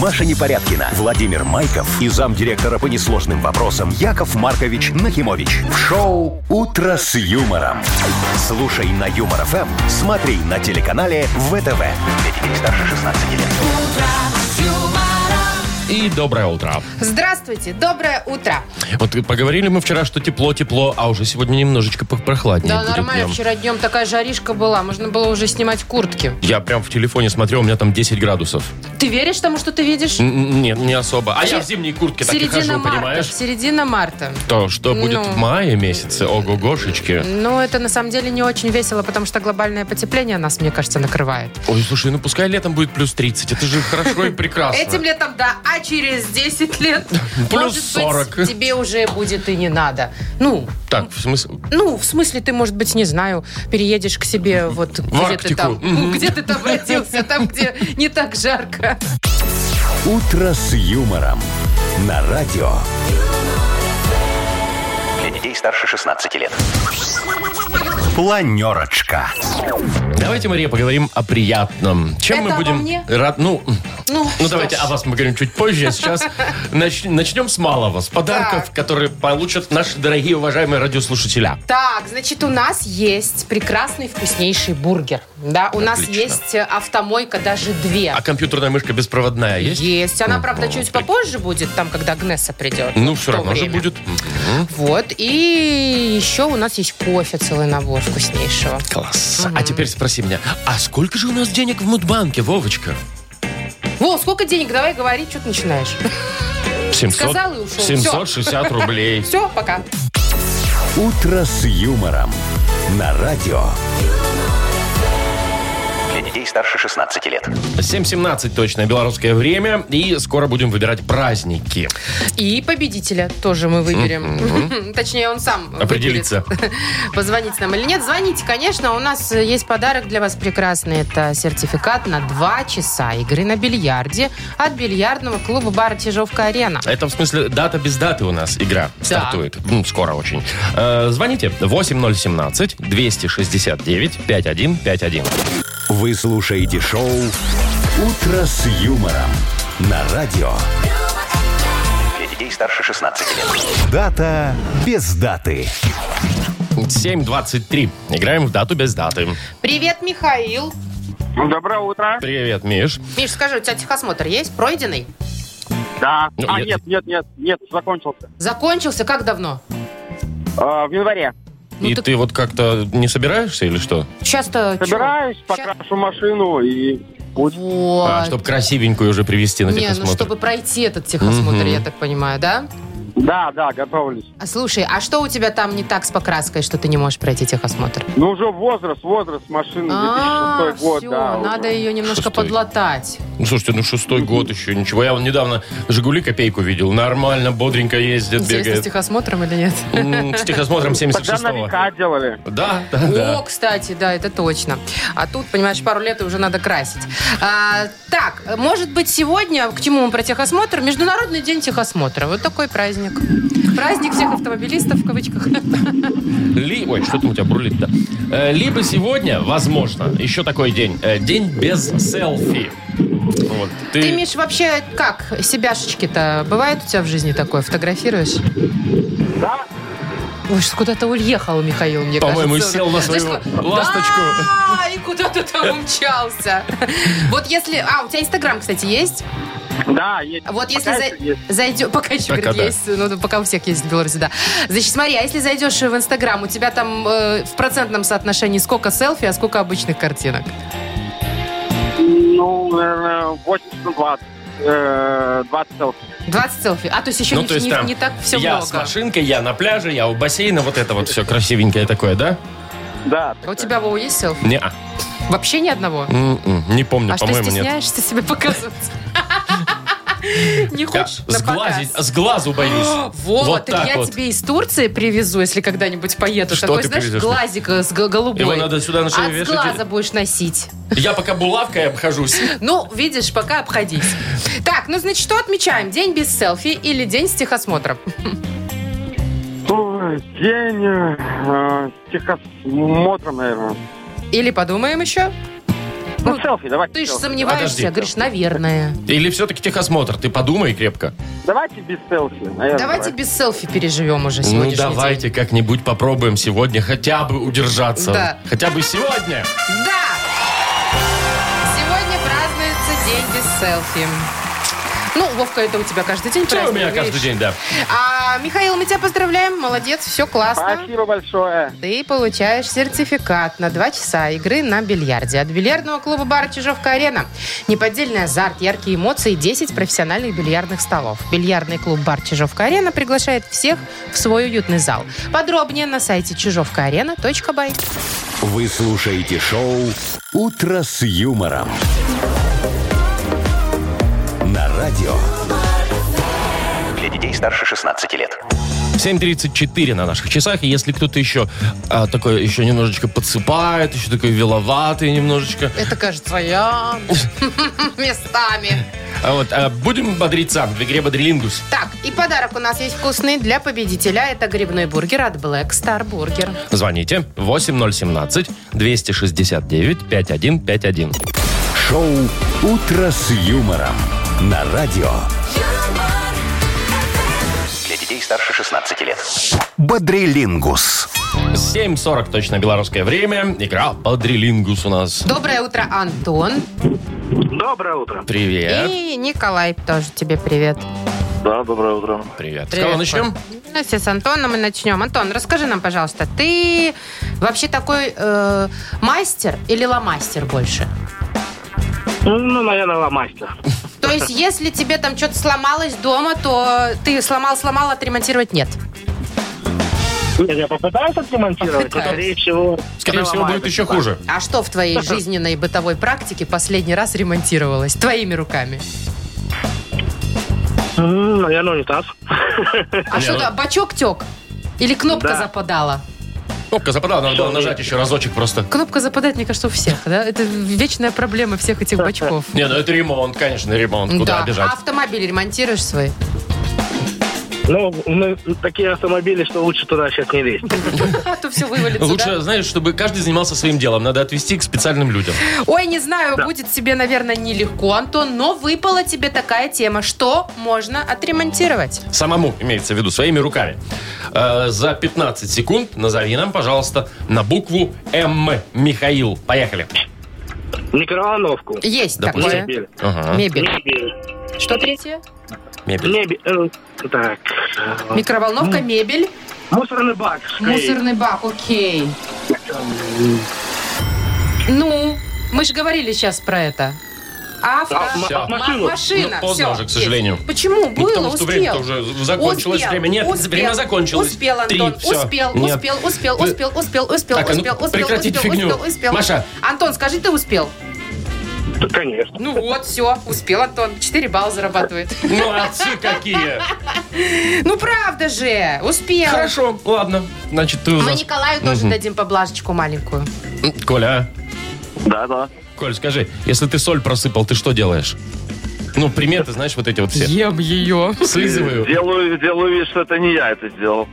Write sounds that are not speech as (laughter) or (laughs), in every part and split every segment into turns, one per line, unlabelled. Маша Непорядкина, Владимир Майков и замдиректора по несложным вопросам Яков Маркович Нахимович. В шоу «Утро с юмором». Слушай на Юмор ФМ, смотри на телеканале ВТВ. Для детей старше 16 лет.
И доброе утро.
Здравствуйте, доброе утро.
Вот и поговорили мы вчера, что тепло-тепло, а уже сегодня немножечко по- прохладнее
Да,
будет
нормально,
днем.
вчера днем такая жаришка была, можно было уже снимать куртки.
Я прям в телефоне смотрел, у меня там 10 градусов.
Ты веришь тому, что ты видишь?
Н- Нет, не особо. А, я
Се-
в зимней куртке так и
Середина
хожу,
марта,
понимаешь?
середина марта.
То, что будет
Ну.
в мае месяце, ого-гошечки.
Но Ну, это на самом деле не очень весело, потому что глобальное потепление нас, мне кажется, накрывает.
Ой, слушай, ну пускай летом будет плюс 30, это же хорошо и прекрасно.
Этим летом, да, а через 10 лет,
(laughs) Плюс
может
40.
быть, тебе уже будет и не надо. Ну,
Так, в смысле...
ну, в смысле, ты, может быть, не знаю, переедешь к себе вот где
Арктику.
ты там,
Мгм.
где
(laughs)
ты там родился, там, где не так жарко.
«Утро с юмором» на радио. Для детей старше 16 лет. Планерочка.
Давайте, Мария, поговорим о приятном. Чем
Это
мы будем...
обо мне?
Рад... Ну,
Ну,
ну
что
давайте
ж.
о вас мы говорим чуть позже. а Сейчас
(laughs)
нач- начнем с малого, с подарков,
Так.
которые получат наши дорогие, уважаемые А радиослушателя.
Так, значит, у нас есть прекрасный вкуснейший бургер. Да, у нас
Отлично.
есть э, автомойка, даже две.
А компьютерная мышка беспроводная есть?
Есть. Она,
Мгм.
правда, чуть попозже будет, там, когда Гнесса придет.
Ну,
В
все
то
равно же
время.
будет. Мгм.
Вот. И еще у нас есть кофе, целый набор вкуснейшего.
Класс. А теперь спроси меня, а сколько же у нас денег в Мудбанке, Вовочка?
Во, сколько денег? Давай говори, что ты начинаешь.
700,
Сказал и ушел.
760 рублей.
Все, пока.
«Утро с юмором» на радио. Для детей старше 16 лет.
7.17 точное белорусское время. И скоро будем выбирать праздники.
И победителя тоже мы выберем. (laughs) Точнее, он сам
Определиться.
выберет, (laughs) Позвонить нам или нет. Звоните, конечно. У нас есть подарок для вас прекрасный. Это сертификат на два часа игры на бильярде от бильярдного клуба бара Чижовка-Арена.
Это в смысле дата без даты у нас игра стартует. Ну, скоро очень. Э, звоните 8017-269-5151.
Вы слушаете шоу «Утро с юмором» на радио. Для детей старше 16 лет. Дата без даты.
7.23. Играем в дату без даты.
Привет, Михаил.
Ну, доброе утро.
Привет, Миш.
Миш, скажи, у тебя техосмотр есть? Пройденный?
Да.
Ну,
а,
я-
нет, нет, нет, нет, закончился.
Закончился? Как давно?
А, в январе.
Ну,
И
так-
ты вот как-то не собираешься или что?
Часто... чё?
Собираюсь, покрашу машину и... путь.
Вот.
А, чтобы красивенькую уже привести на
Не, ну
техосмотр.
чтобы пройти этот техосмотр,
Мгм.
я так понимаю, да?
Да, да, готовлюсь.
А слушай, а что у тебя там не так с покраской, что ты не можешь пройти техосмотр?
Ну, уже возраст, возраст машины, 2006 год,
все,
да. уже.
А, надо ее немножко
Шестой.
подлатать.
Ну, слушайте, ну шестой год еще, ничего. Я вон недавно «Жигули» копейку видел. Нормально, бодренько ездит,
Интересно, с
бегает.
техосмотром или нет?
М, С техосмотром
Тогда
76-го.
на века делали.
Да, да, (laughs)
О,
да.
кстати, да, это точно. А тут, понимаешь, пару лет и уже надо красить. А, так, может быть, сегодня, к чему мы про техосмотр, Международный день техосмотра. Вот такой праздник. Праздник всех автомобилистов, в кавычках. (laughs)
Ли... Ой, что там у тебя бурлит-то? Э, Либо сегодня, возможно, еще такой день. э, День без селфи. Вот. Ты,
Ты, Миш, вообще как себяшечки-то? Бывает у тебя в жизни такое? Фотографируешь?
Да?
Ой, что куда-то уехал Михаил, мне
По-моему,
кажется.
сел на
Знаешь,
свою
что-
ласточку.
Да, и куда-то там умчался. Вот если... А, у тебя Инстаграм, кстати, есть?
Да, есть.
Вот если
Пока
за-
еще есть.
зайдешь... Пока еще,
Пока
говорит,
да.
есть. Ну, да, пока у всех есть в Беларуси, да. Значит, смотри, а если зайдешь в Инстаграм, у тебя там э, в процентном соотношении сколько селфи, а сколько обычных картинок?
Ну, наверное, 80 на 20. э, 20 селфи.
20 селфи. А, то есть еще
Ну,
не,
то есть
не-
там
не так все
я
много.
с машинкой, я на пляже, я у бассейна, вот это вот все красивенькое такое, да?
Да.
А У тебя, Вова, есть селфи?
Не, а, м-м,
Вообще ни одного?
не помню,
а что
Ну, по-моему, нет.
стесняешься себе показывать? (laughs) Не
Я
хочешь на
сглазить,
показ?
с глазу боюсь.
А, (gasps) Вова,
вот
так,
так
я
вот.
тебе из Турции привезу, если когда-нибудь поеду.
Что
Такой,
ты
знаешь,
привезешь?
глазик э, с г- голубой.
Его надо сюда на шею
От
вешать
глаза будешь носить.
Я пока булавкой
(laughs)
обхожусь.
Ну, видишь, пока обходись. Так, ну, значит, что отмечаем? День без селфи или день с техосмотром?
Ну, День э, с техосмотром, наверное.
Или подумаем еще?
Ну, селфи, давайте.
Ты же
селфи.
сомневаешься,
Подожди.
говоришь, наверное.
Или все-таки техосмотр? Ты подумай крепко.
Давайте без селфи. наверное,
Давайте без селфи переживем уже
Ну,
сегодняшний
давайте
день.
как-нибудь попробуем сегодня хотя бы удержаться.
Да.
Хотя бы сегодня.
Да! Сегодня празднуется день без селфи. Ну, Вовка, это у тебя каждый день
Что у
праздник,
меня каждый
видишь.
день, да.
А, Михаил, мы тебя поздравляем, молодец, все классно.
Спасибо большое.
Ты получаешь сертификат на два часа игры на бильярде от бильярдного клуба бара «Чижовка-арена». Неподдельный азарт, яркие эмоции, 10 профессиональных бильярдных столов. Бильярдный клуб бар «Чижовка-арена» приглашает всех в свой уютный зал. Подробнее на сайте чижовкаарена.бай.
Вы слушаете шоу «Утро с юмором». На радио.
Для детей старше 16 лет.
7.34 на наших часах. И если кто-то еще а, такой еще немножечко подсыпает, еще такой виловатый немножечко,
Это, кажется, я (laughs) местами.
а вот, а, будем бодриться в игре «Бодрилингус».
Так, и подарок у нас есть вкусный для победителя. Это грибной бургер от Black Star Burger.
Звоните 8017-269-5151.
Шоу «Утро с юмором». На радио.
юмор,
Для детей старше 16 лет.
Бодрилингус.
7.40 точно белорусское время. Игра «Бодрилингус» у нас.
Доброе утро, Антон.
Доброе утро.
Привет.
И Николай тоже тебе привет.
Да, доброе утро.
Привет. С
Привет,
кого начнем?
Коль. Ну, все, с Антоном мы начнем. Антон, расскажи нам, пожалуйста, ты вообще такой э, мастер или ломастер больше?
Ну, наверное, ломастер.
То есть, если тебе там что-то сломалось дома, то ты сломал-сломал, отремонтировать нет.
Нет, я попытаюсь отремонтировать, а
Попытаюсь.
скорее всего...
Скорее всего,
наломаю
будет еще
что-то.
хуже.
А что в твоей жизненной бытовой практике последний раз ремонтировалось твоими руками?
М, Наверное, унитаз.
А что
ну-
то бачок тек? Или кнопка
Да.
западала?
Кнопка западала, надо
Всё,
было нажать
нет.
еще разочек просто.
Кнопка западает, мне кажется, у всех, да? Это вечная проблема всех этих бачков.
Не, ну это ремонт, конечно, ремонт. Куда
да.
бежать?
А автомобиль ремонтируешь свой?
Ну, ну, такие автомобили, что лучше туда сейчас не лезть.
(laughs) А то все вывалится, да?
Лучше, знаешь, чтобы каждый занимался своим делом. Надо отвести к специальным людям.
Ой, не знаю, будет тебе, наверное, нелегко, Антон, но выпала тебе такая тема, что можно отремонтировать.
Самому, имеется в виду, своими руками. Э, за 15 секунд назови нам, пожалуйста, на букву М. Михаил. Поехали.
Микроволновку.
Есть
Допустим.
такое.
Мебель.
Ага.
Мебель.
Мебель.
Что третье?
Мебель.
Мебель. э, Так.
Микроволновка, мебель,
Мусорный бак. скорее.
мусорный бак, окей. Ну, мы же говорили сейчас про это. Авто...
А, м-
Всё.
а, машину.
Ма- Машина.
Ну, поздно
Всё,
уже, к
есть.
сожалению.
Почему?
Ну,
Было,
потому что
успел.
время-то уже закончилось,
Успел,
время нет,
успел,
время закончилось.
Успел, Антон,
Три, всё.
успел,
Нет.
успел, успел, успел, успел, успел,
Так, а ну,
успел, успел,
прекратить
успел,
фигню.
успел, успел.
Маша.
Антон, скажи, ты успел?
Да, Конечно.
Ну вот, все, успел Антон. 4 балла зарабатывает.
Молодцы Ну, какие!
Ну правда же, успел.
Хорошо, ладно. Значит, ты у
А Мы
нас...
Николаю тоже
Мгм.
дадим поблажечку маленькую.
Коля,
Да, да.
а? Коль, скажи, если ты соль просыпал, ты что делаешь? Ну, приметы, знаешь, вот эти вот все.
Ем ее.
Слизываю.
Делаю, делаю вид, что это не я это сделал.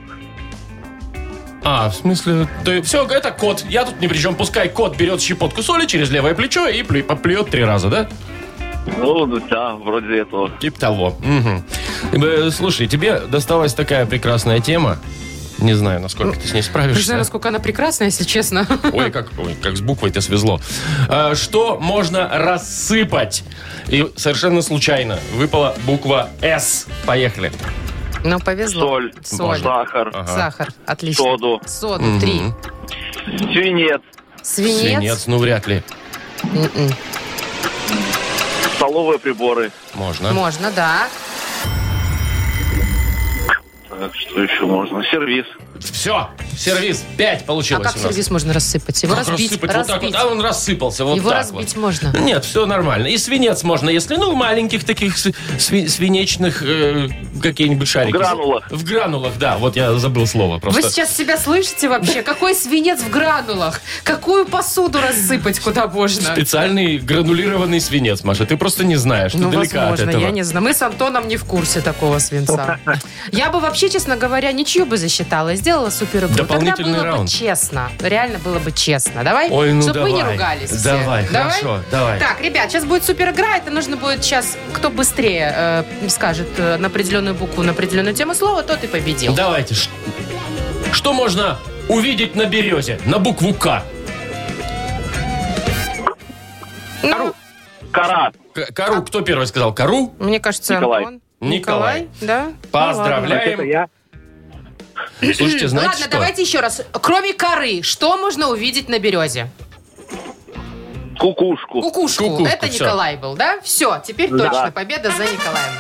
А, в смысле, ты... Все, это кот. Я тут ни при чем. Пускай кот берет щепотку соли через левое плечо и плю- поплюет три раза, да?
Ну, да, вроде этого.
Типа того. Мгм. Э, Слушай, тебе досталась такая прекрасная тема. Не знаю, насколько ты с ней
Не знаю,
справишься.
насколько она прекрасна, если честно.
Ой, как, ой, как с буквой ты свезло. А, Что можно рассыпать? И совершенно случайно выпала буква «С». Поехали.
Ну, повезло.
Соль.
Соль.
Сахар.
Ага.
Сахар. Отлично.
Соду.
Соду. Три.
Свинец.
Свинец.
Свинец, ну вряд ли.
М-м.
Столовые приборы.
Можно.
Можно, да. А
Так, что еще можно? Сервис.
Все, сервис. Пять
А
получилось
как
у нас.
сервис можно рассыпать? Его
Как
разбить.
рассыпать? Вот так вот.
разбить.
А он рассыпался. Вот
Его
так
разбить
вот.
можно.
Нет, все нормально. И свинец можно, если, ну, маленьких таких сви- свинечных э, какие-нибудь шарики.
гранулах.
В гранулах, да. Вот я забыл слово
Вы
просто.
сейчас себя слышите вообще? Какой свинец в гранулах? Какую посуду рассыпать куда можно?
Специальный гранулированный свинец, Маша. Ты просто не знаешь. Ты
Ну,
далека от
возможно,
этого.
я не знаю. Мы с Антоном не в курсе такого свинца. Я бы вообще, честно говоря, ничью бы засчитала и сделала супер игру. Тогда
Дополнительный
было бы
раунд.
честно. Реально было бы честно. Давай,
Ой, ну
чтобы мы не
давай.
ругались все.
Давай, хорошо, давай.
Так, ребят, сейчас будет супер игра. Это нужно будет сейчас, кто быстрее э, скажет э, на определенную букву, на определенную тему слова, тот и победил.
Давайте. ш- Что можно увидеть на березе? На букву К.
Ну,
Кара.
К- Кару, кто первый сказал? Кару?
мне кажется,
Николай.
Антон.
Николай.
да? Ну,
Поздравляю.
Это я.
Слушайте,
Ну,
знаете
ладно,
что?
давайте еще раз. Кроме коры, что можно увидеть на березе?
Кукушку.
Кукушку.
Кукушку,
Это
всё.
Николай был, да? Все, теперь
Да.
точно победа за Николаем.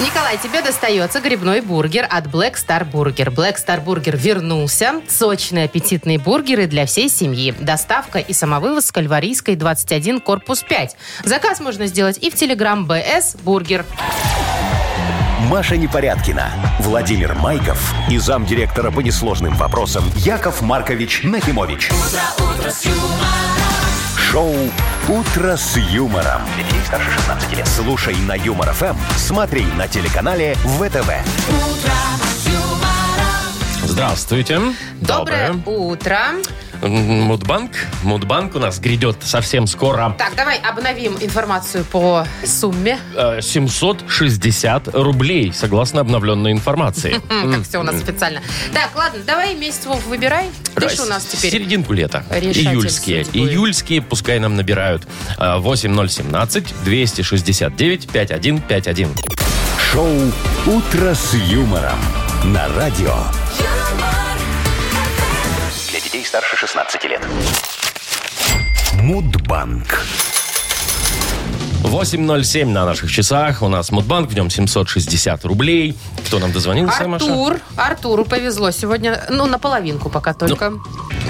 Николай, тебе достается грибной бургер от Black Star Burger. Black Star Burger вернулся. Сочные, аппетитные бургеры для всей семьи. Доставка и самовывоз с Кальварийской, 21, корпус 5. Заказ можно сделать и в Telegram BS Бургер.
Маша Непорядкина, Владимир Майков и замдиректора по несложным вопросам Яков Маркович Нахимович. Шоу Утро с юмором. Для детей старше 16 лет. Слушай на юмор ФМ, смотри на телеканале ВТВ.
Здравствуйте.
Доброе, утро.
М, Мудбанк. Мудбанк у нас грядет совсем скоро.
Так, давай обновим информацию по сумме.
Э, 760 рублей, согласно обновленной информации.
М, Как все у нас официально. Так, ладно, давай месяц, Вов, выбирай. (laughs) Ты
Да,
же у нас теперь.
Серединку лета.
решатель
Июльские.
судьбы.
Июльские пускай нам набирают. Э, 8017-269-5151.
Шоу Утро с юмором на радио.
Для детей старше 16 лет.
Мудбанк.
8.07 на наших часах. У нас Мудбанк, в нем 760 рублей. Кто нам дозвонился, Маша?
Артур, Артуру повезло сегодня, ну, наполовинку пока только.
Ну,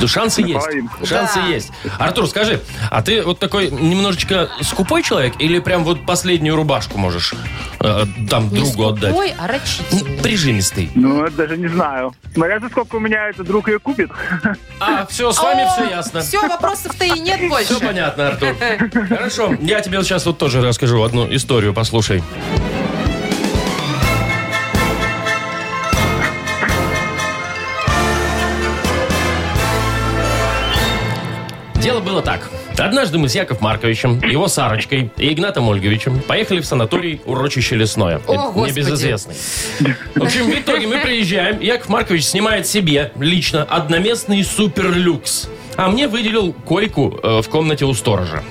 Шансы есть.
Половинку.
Шансы
Да.
есть. Артур, скажи, а ты вот такой немножечко скупой человек или прям вот последнюю рубашку можешь э, там
Не
другу отдать?
скупой, а
Ну,
рачительный.
Прижимистый.
Ну, это даже не знаю. Смотря за сколько у меня этот друг ее купит. (laughs)
А, все, с вами все ясно.
Все, вопросов-то и нет больше.
Все понятно,
(laughs)
Артур. Хорошо, я тебе сейчас вот тоже расскажу одну историю, послушай. Дело было так. Однажды мы с Яков Марковичем, его Сарочкой и Игнатом Ольговичем поехали в санаторий Урочище Лесное.
О, Господи.
Небезызвестный. В общем, в итоге мы приезжаем, Яков Маркович снимает себе лично одноместный суперлюкс. А мне выделил койку э, в комнате у сторожа.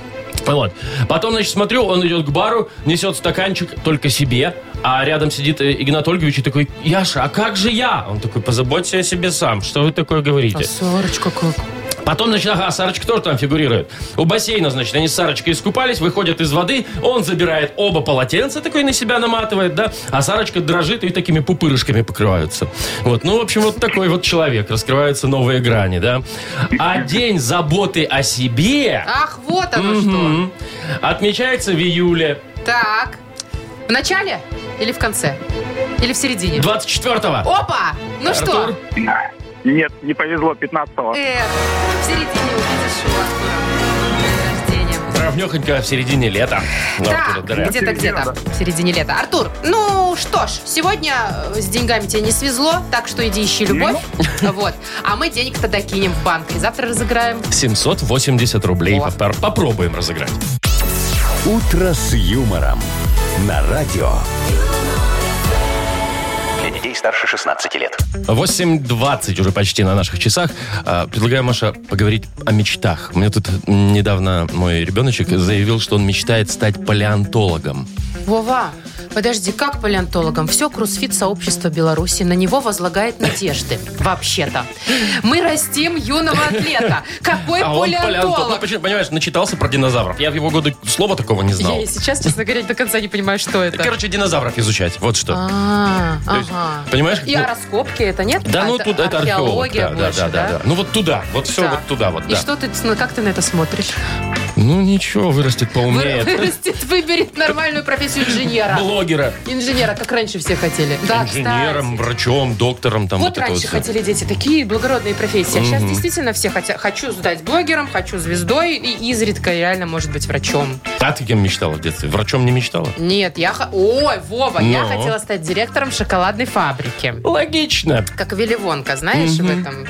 Вот. Потом, значит, смотрю, он идет к бару, несет стаканчик только себе, а рядом сидит э, Игнат Ольгович и такой, Яша, а как же я? Он такой, позаботься о себе сам, что вы такое говорите?
Сорочка как.
Потом, значит, ага, Сарочка тоже там фигурирует. У бассейна, значит, они с Сарочкой искупались, выходят из воды, он забирает оба полотенца такой на себя наматывает, да, а Сарочка дрожит и такими пупырышками покрываются. Вот, ну, в общем, вот такой вот человек, раскрываются новые грани, да. А день заботы о себе
Ах, вот оно
мгм, отмечается в июле
что. Так. В начале или в конце? Или в середине?
24-го.
Опа! Ну что?
Артур?
Нет, не повезло, 15-го.
Эх, Э, в середине увидишь его, Артура. День рождения.
Равнехонько в середине лета. Ну,
Так,
Артура Дыря.
где-то, где-то, в середине лета. Артур, ну что ж, сегодня э, с деньгами тебе не свезло, так что иди ищи
Ну.
любовь. (laughs) Вот. А мы денег-то докинем в банк. И завтра разыграем.
780 рублей.
О.
Попор- Попробуем разыграть.
Утро с юмором на радио.
Для детей старше 16 лет.
8.20 уже почти на наших часах. А, Предлагаю, Маша, поговорить о мечтах. Мне тут недавно мой ребеночек заявил, что он мечтает стать палеонтологом.
Вова, подожди, как палеонтологам? Все кроссфит сообщество Беларуси на него возлагает надежды. Вообще-то. Мы растим
(laughs)
юного атлета. Какой
а он палеонтолог. Ну,
палеонтолог?
почему, понимаешь, начитался про динозавров. Я в его годы слова такого не
Я
знал.
и сейчас, честно говоря, до конца не понимаю, что это.
Короче, динозавров изучать. Вот что.
А,
То есть,
ага.
понимаешь, как
И
бы-
о раскопке это нет?
Да,
А
ну тут это археолог.
археология
Да, да,
больше,
да, да, да. Ну вот туда, вот все
Да.
вот туда, вот
И
да.
что ты, как ты на это смотришь?
Ну ничего, вырастет поумнее.
(laughs) Вырастет, выберет нормальную профессию инженера.
(laughs) Блогера.
Инженера, как раньше все хотели. Да, кстати.
Инженером, врачом, доктором. Там
Вот
это
раньше
всё.
хотели дети такие благородные профессии. А сейчас действительно все хотят. Хочу стать блогером, хочу звездой и изредка реально, может быть, врачом.
А ты кем мечтала в детстве? Врачом не мечтала?
Нет, я... хо- Ой, Вова, я
Но.
хотела стать директором шоколадной фабрики.
Логично.
Как Веливонка, знаешь, в этом...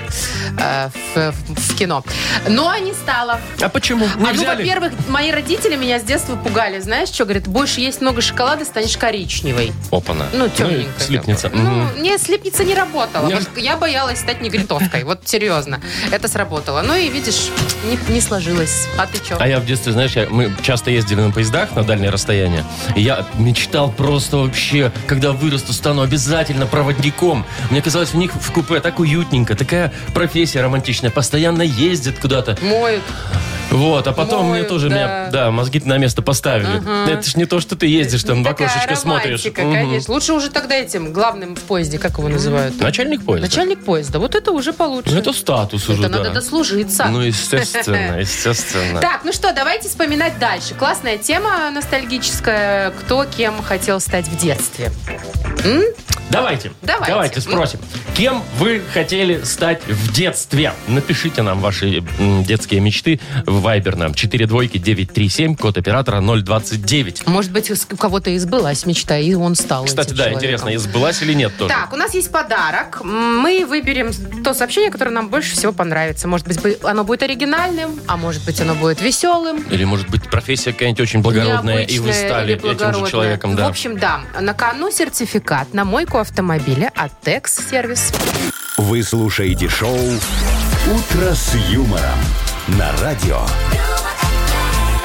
э, в, в кино. Но не стала.
А почему? Не
а ну,
взяли?
во-первых, мои родители меня с детства пугали. Знаешь, что? Говорит, больше есть много шоколада, станешь коричневой.
Опа-на.
Ну, темненькая.
и слипнется.
такой. Ну,
Мгм.
не, слипнется не работала.
Не
Вот Я боялась стать негритовкой. Вот серьезно. Это сработало. Ну и видишь, не, не сложилось. А ты что?
А я в детстве, знаешь, я- мы часто ездили на поездах на дальние расстояния. И я мечтал просто вообще, когда вырасту, стану обязательно проводником. Мне казалось, у них в купе так уютненько, такая профессия романтичная, постоянно ездят куда-то.
Моют.
Вот, а потом мне
Моют,
тоже
да.
меня, да, мозги на место поставили. Это ж не то, что ты ездишь там в
Такая
окошечко смотришь.
романтика,
Мгм.
конечно. Лучше уже тогда этим главным в поезде, как его называют?
Начальник поезда.
Начальник поезда. Вот это уже получше.
Ну, это статус
Это
уже,
надо
да.
дослужиться.
Ну, естественно, естественно.
Так, ну что, давайте вспоминать дальше. Классная тема ностальгическая. Кто кем хотел стать в детстве?
Давайте.
Давайте.
спросим. Кем вы хотели стать в детстве? Напишите нам ваши м, детские мечты в Viber нам 4 двойки 937, код оператора 029.
Может быть, у кого-то и сбылась мечта, и он стал
Кстати,
этим
да,
человеком.
интересно, и сбылась или нет тоже?
Так, у нас есть подарок. М, Мы выберем то сообщение, которое нам больше всего понравится. Может быть, бы- оно будет оригинальным, а может быть, оно будет веселым.
Или, может быть, профессия какая-нибудь очень благородная, и вы
необычное
стали
или
этим же
благородное.
человеком, да.
В общем, да, на кону сертификат на мойку автомобиля от Текс-сервис.
Вы слушаете шоу «Утро с юмором» на радио.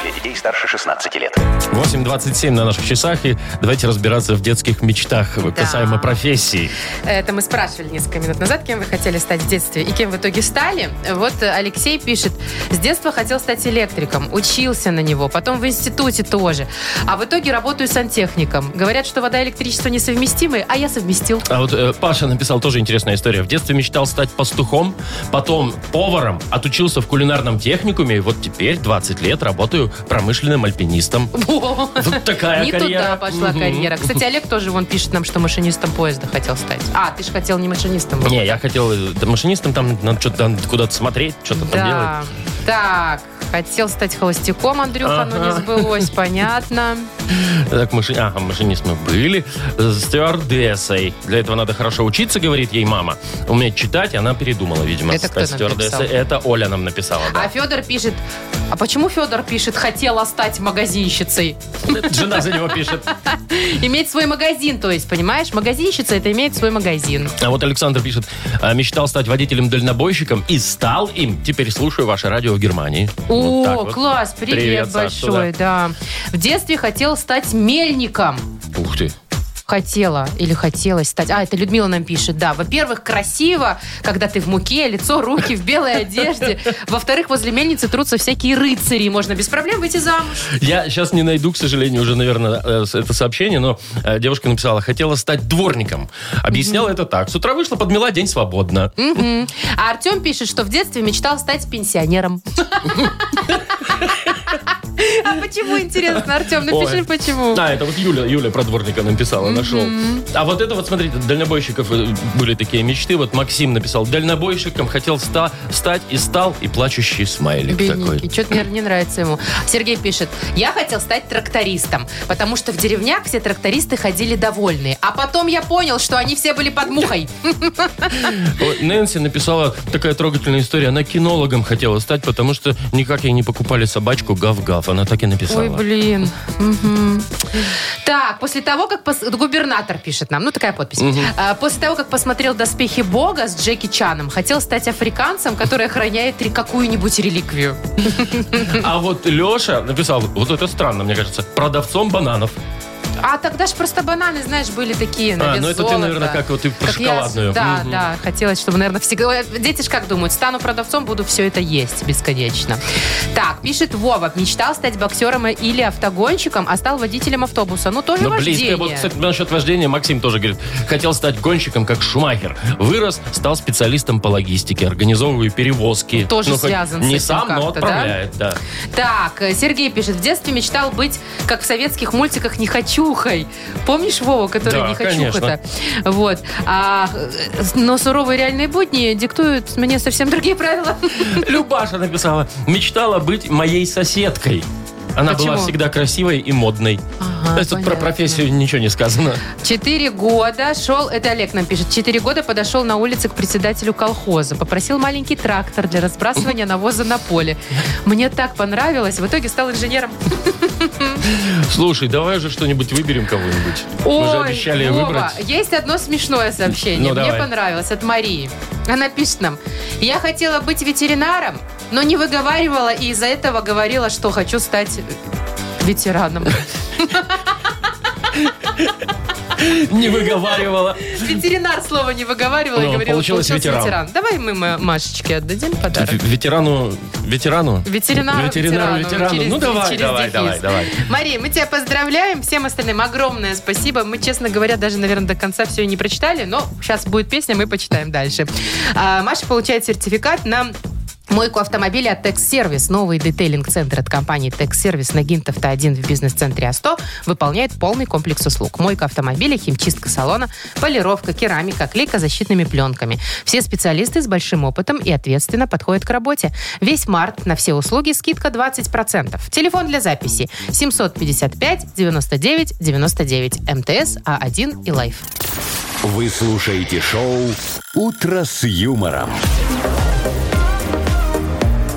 Для детей старше 16 лет.
8.27 на наших часах, и давайте разбираться в детских мечтах касаемо профессий.
Это мы спрашивали несколько минут назад, кем вы хотели стать в детстве и кем в итоге стали. Вот э, Алексей пишет, с детства хотел стать электриком, учился на него, потом в институте тоже, а в итоге работаю сантехником. Говорят, что вода и электричество несовместимы, а
(laughs)
я совместил.
А вот э, Паша написал тоже интересная история. В детстве мечтал стать пастухом, потом поваром, отучился в кулинарном техникуме, и вот теперь 20 лет работаю промышленным
(laughs)
альпинистом. Вот такая
Не
карьера.
туда пошла
Мгм.
карьера. Кстати, Олег тоже вон пишет нам, что машинистом поезда хотел стать. А, ты же хотел не машинистом. быть.
Не, я хотел э, да, машинистом, там надо что-то куда-то смотреть, что-то там делать.
Да. Так, хотел стать холостяком, Андрюха, но не
Ага. (laughs)
сбылось, понятно.
Так, маши... ага, машинист мы были. Э, Стюардессой. Для этого надо хорошо учиться, говорит ей мама. Уметь читать, и она передумала, видимо,
Это кто
стать
нам
стюардессой.
написал?
Это Оля нам написала,
А
да.
Федор пишет, а почему Федор пишет, хотела стать магазинщицей?
Жена за него пишет.
Иметь свой магазин, то есть, понимаешь? Магазинщица это имеет свой магазин.
А вот Александр пишет, «А, мечтал стать водителем-дальнобойщиком и стал им. Теперь слушаю ваше радио в Германии. Вот
О,
так вот.
класс, привет,
Саш,
большой, да. В детстве хотел стать мельником.
туда. Ух ты.
Хотела или хотелось стать. А, это Людмила нам пишет, да. Во-первых, красиво, когда ты в муке, лицо, руки в
(laughs)
белой одежде. Во-вторых, возле мельницы трутся всякие рыцари. и Можно без проблем выйти замуж.
Я сейчас не найду, к сожалению, уже, наверное, э, с- это сообщение, но э, девушка написала, хотела стать дворником. Объясняла это так. С утра вышла, подмела, день свободно.
Мгм. А Артем пишет, что в детстве мечтал стать пенсионером. А почему, интересно, Артем? Напиши,
Ой.
почему.
А, это вот Юля, Юля про дворника написала, нашел. А вот это вот, смотрите, дальнобойщиков э, были такие мечты. Вот Максим написал, дальнобойщиком хотел ста- стать и стал, и плачущий смайлик такой.
Бедненький. Что-то, наверное, не нравится ему. Сергей пишет, я хотел стать трактористом, потому что в деревнях все трактористы ходили довольные. А потом я понял, что они все были под мухой.
Ой, Нэнси написала такая трогательная история. Она кинологом хотела стать, потому что никак ей не покупали собачку Гав-Гав. Она так и написала.
Ой, блин. Мгм. Так, после того, как... пос- Губернатор пишет нам, ну такая подпись. А, После того, как посмотрел «Доспехи Бога» с Джеки Чаном, хотел стать африканцем, который охраняет ре- какую-нибудь реликвию.
А вот Леша написал, вот это странно, мне кажется, продавцом бананов.
А тогда же просто бананы, знаешь, были такие на
А,
вес
ну это ты,
золота.
наверное, как вот и про
Как я-
шоколадную.
да,
Мгм.
да. Хотелось, чтобы, наверное, всегда... Дети ж как думают, стану продавцом, буду все это есть бесконечно. Так, пишет Вова. Мечтал стать боксером или автогонщиком, а стал водителем автобуса. Ну, тоже
Ну,
вождение.
близко. Вот, кстати, насчет вождения Максим тоже говорит. Хотел стать гонщиком, как Шумахер. Вырос, стал специалистом по логистике. Организовываю перевозки. Ну,
Тоже
хоть
связан с
Не
этим
сам, но
как-то, да?
отправляет, да.
Так, э, Сергей пишет. В детстве мечтал быть, как в советских мультиках, нехочухой. Помнишь Вову, который
Да,
нехочуха-то? Вот. А, э, но суровые реальные будни диктуют мне совсем другие правила.
Любаша написала. Мечтала быть моей соседкой. Она была
Почему?
всегда красивой и модной.
Ага,
То есть тут про
понятно.
профессию ничего не сказано.
Четыре года шел, это Олег нам пишет, четыре года подошел на улице к председателю колхоза, попросил маленький трактор для разбрасывания навоза на поле. Мне так понравилось, в итоге стал инженером.
Слушай, давай же что-нибудь выберем кого-нибудь. Мы же
Ой,
обещали
Вова,
выбрать.
есть одно смешное сообщение,
Ну,
мне
давай.
понравилось, от Марии. Она пишет нам, я хотела быть ветеринаром, но не выговаривала и из-за этого говорила, что хочу стать
(laughs)
э, ветераном.
Не выговаривала.
Ветеринар слово не выговаривала и
Ну,
говорила,
получилось
получился
ветеран.
ветеран. Давай мы ма- Машечке отдадим подарок.
Ве- Ветерану, ветерану?
Ветеринару,
Ветеринару,
ветерану,
ветерану.
через-
ну давай,
через
давай,
дефис.
давай, давай.
Мария, мы тебя поздравляем. Всем остальным огромное спасибо. Мы, честно говоря, даже, наверное, до конца все и не прочитали, но сейчас будет песня, мы почитаем дальше. А, Маша получает сертификат на Мойку автомобиля от Текс-сервис. Новый детейлинг-центр от компании Текс-сервис на Гинтовта 1 в бизнес-центре А100 выполняет полный комплекс услуг. Мойка автомобиля, химчистка салона, полировка, керамика, клейка защитными пленками. Все специалисты с большим опытом и ответственно подходят к работе. Весь март на все услуги скидка 20%. Телефон для записи 755 99 99 МТС А1 А и Лайф.
Вы слушаете шоу «Утро с юмором».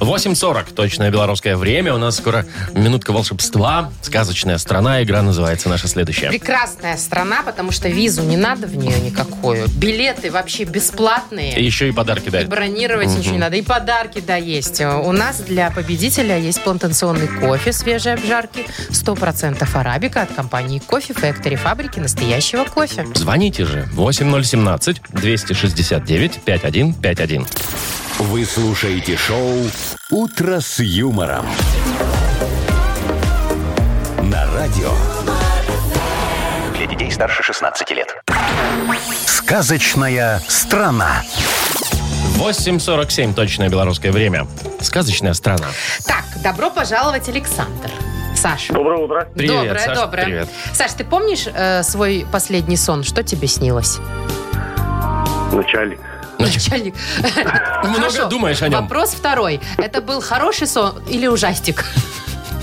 8.40, точное белорусское время. У нас скоро минутка волшебства. Сказочная страна. Игра называется наша следующая.
Прекрасная страна, потому что визу не надо в нее никакую. Билеты вообще бесплатные.
И еще и подарки
И
дать.
бронировать ничего не надо. И подарки, да, есть. У нас для победителя есть плантационный кофе свежей обжарки, 100% арабика от компании Кофе Factory, фабрики настоящего кофе.
Звоните же 8017-269-5151.
Вы слушаете шоу «Утро с юмором». На радио.
Для детей старше 16 лет.
Сказочная страна.
8.47, точное белорусское время. Сказочная страна.
Так, добро пожаловать, Александр. Саша.
Доброе утро.
Привет,
доброе,
Саш,
доброе.
привет.
Саш, ты помнишь э, свой последний сон? Что тебе снилось?
Начальник.
Начальник.
Много
Хорошо.
думаешь о нем?
Вопрос второй. Это был хороший сон или ужастик?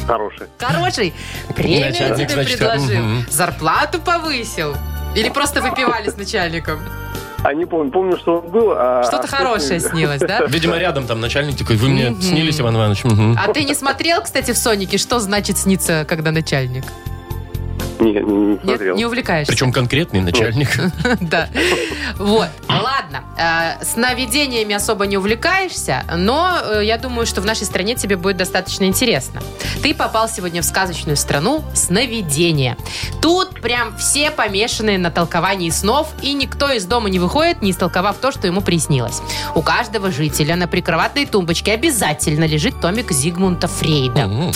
Хороший.
Хороший. Премию
Начальник,
тебе
значит,
предложил.
мгм.
Зарплату повысил. Или просто выпивали с начальником.
А не помню. Помню, что он был. а-
Что-то
а
хорошее
что-
снилось, да?
Видимо, рядом там начальник такой, вы мне
Мгм.
снились, Иван Иванович. Мгм.
А ты не смотрел, кстати, в «Сонике», что значит снится, когда начальник?
Не, не, не
Нет,
смотрел.
не увлекаешься?
Причем конкретный начальник.
(laughs) Да. Вот, ладно. Э, Сновидениями особо не увлекаешься, но э, я думаю, что в нашей стране тебе будет достаточно интересно. Ты попал сегодня в сказочную страну сновидения. Тут прям все помешанные на толковании снов, и никто из дома не выходит, не истолковав то, что ему приснилось. У каждого жителя на прикроватной тумбочке обязательно лежит томик Зигмунда Фрейда.
Мгм.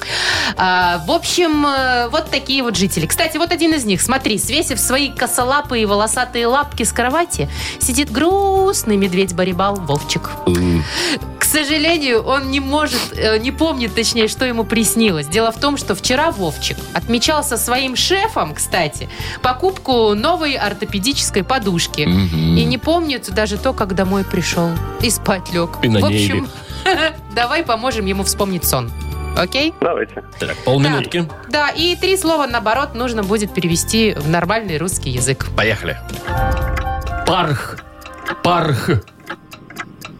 А, в общем, э, вот такие вот жители. Кстати, вот один из них, смотри, свесив свои косолапые волосатые лапки с кровати, сидит грустный медведь-барибал Вовчик. К сожалению, он не может, э, не помнит, точнее, что ему приснилось. Дело в том, что вчера Вовчик отмечал со своим шефом, кстати, покупку новой ортопедической подушки. И не помнит даже то, как домой пришел и спать лег.
И на
в
ней
общем, (laughs) давай поможем ему вспомнить сон. Окей?
Давайте.
Так, полминутки.
Да, и три слова, наоборот, нужно будет перевести в нормальный русский язык.
Поехали. Парх. Парх.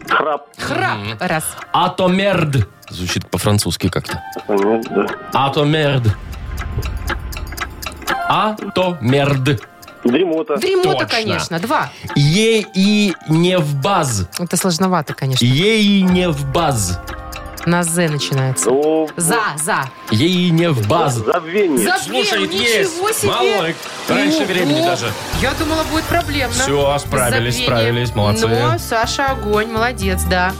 Храп.
Храп.
Мгм.
Раз.
Атомерд. Звучит по-французски как-то.
Нет, ну, да.
Атомерд. Атомерд.
Дремота.
Дремота,
Точно.
конечно. Два.
Ей и не в баз.
Это сложновато, конечно.
Ей и не в баз.
На З начинается.
Ну,
За, за.
Ей не в
А
базу.
забвение.
За
слушай,
блин,
есть.
ничего себе. Ну
Малой. Раньше
Ого.
времени даже.
Я думала, будет проблемно.
Все, справились,
Забвение.
справились, молодцы.
Ну, Саша, огонь, молодец, да.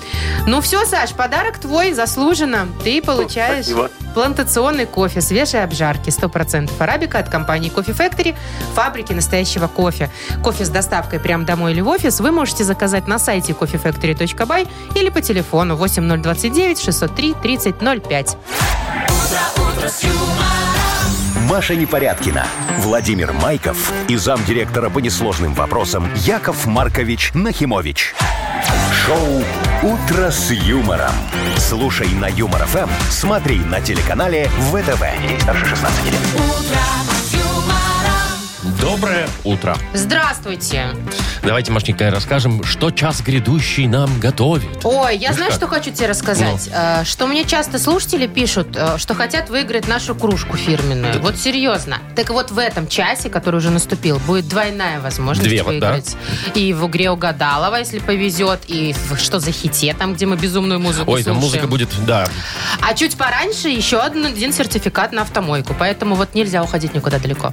Ну все, Саш, подарок твой заслуженно. Ты получаешь
Спасибо.
плантационный кофе свежей обжарки 100% арабика от компании Coffee Factory, фабрики настоящего кофе. Кофе с доставкой прямо домой или в офис вы можете заказать на сайте coffeefactory.by или по телефону 8029 603 3005.
Маша Непорядкина, Владимир Майков и замдиректора по несложным вопросам Яков Маркович Нахимович. Шоу «Утро с юмором». Слушай на Юмор ФМ, смотри на телеканале ВТВ. Ей старше 16 лет.
Доброе утро.
Здравствуйте!
Давайте, Машенька, расскажем, что час грядущий нам готовит.
Ой, я знаю,
Ну как? Ну.
что хочу тебе рассказать. Э, Что мне часто слушатели пишут, э, что хотят выиграть нашу кружку фирменную. Вот серьезно. Так вот в этом часе, который уже наступил, будет двойная возможность
Две вот, да.
выиграть. И в игре угадалова, если повезет, и в «Что за хите», там, где мы безумную музыку
Ой, там
слушаем.
музыка будет, да.
А чуть пораньше еще один, один сертификат на автомойку. Поэтому вот нельзя уходить никуда далеко.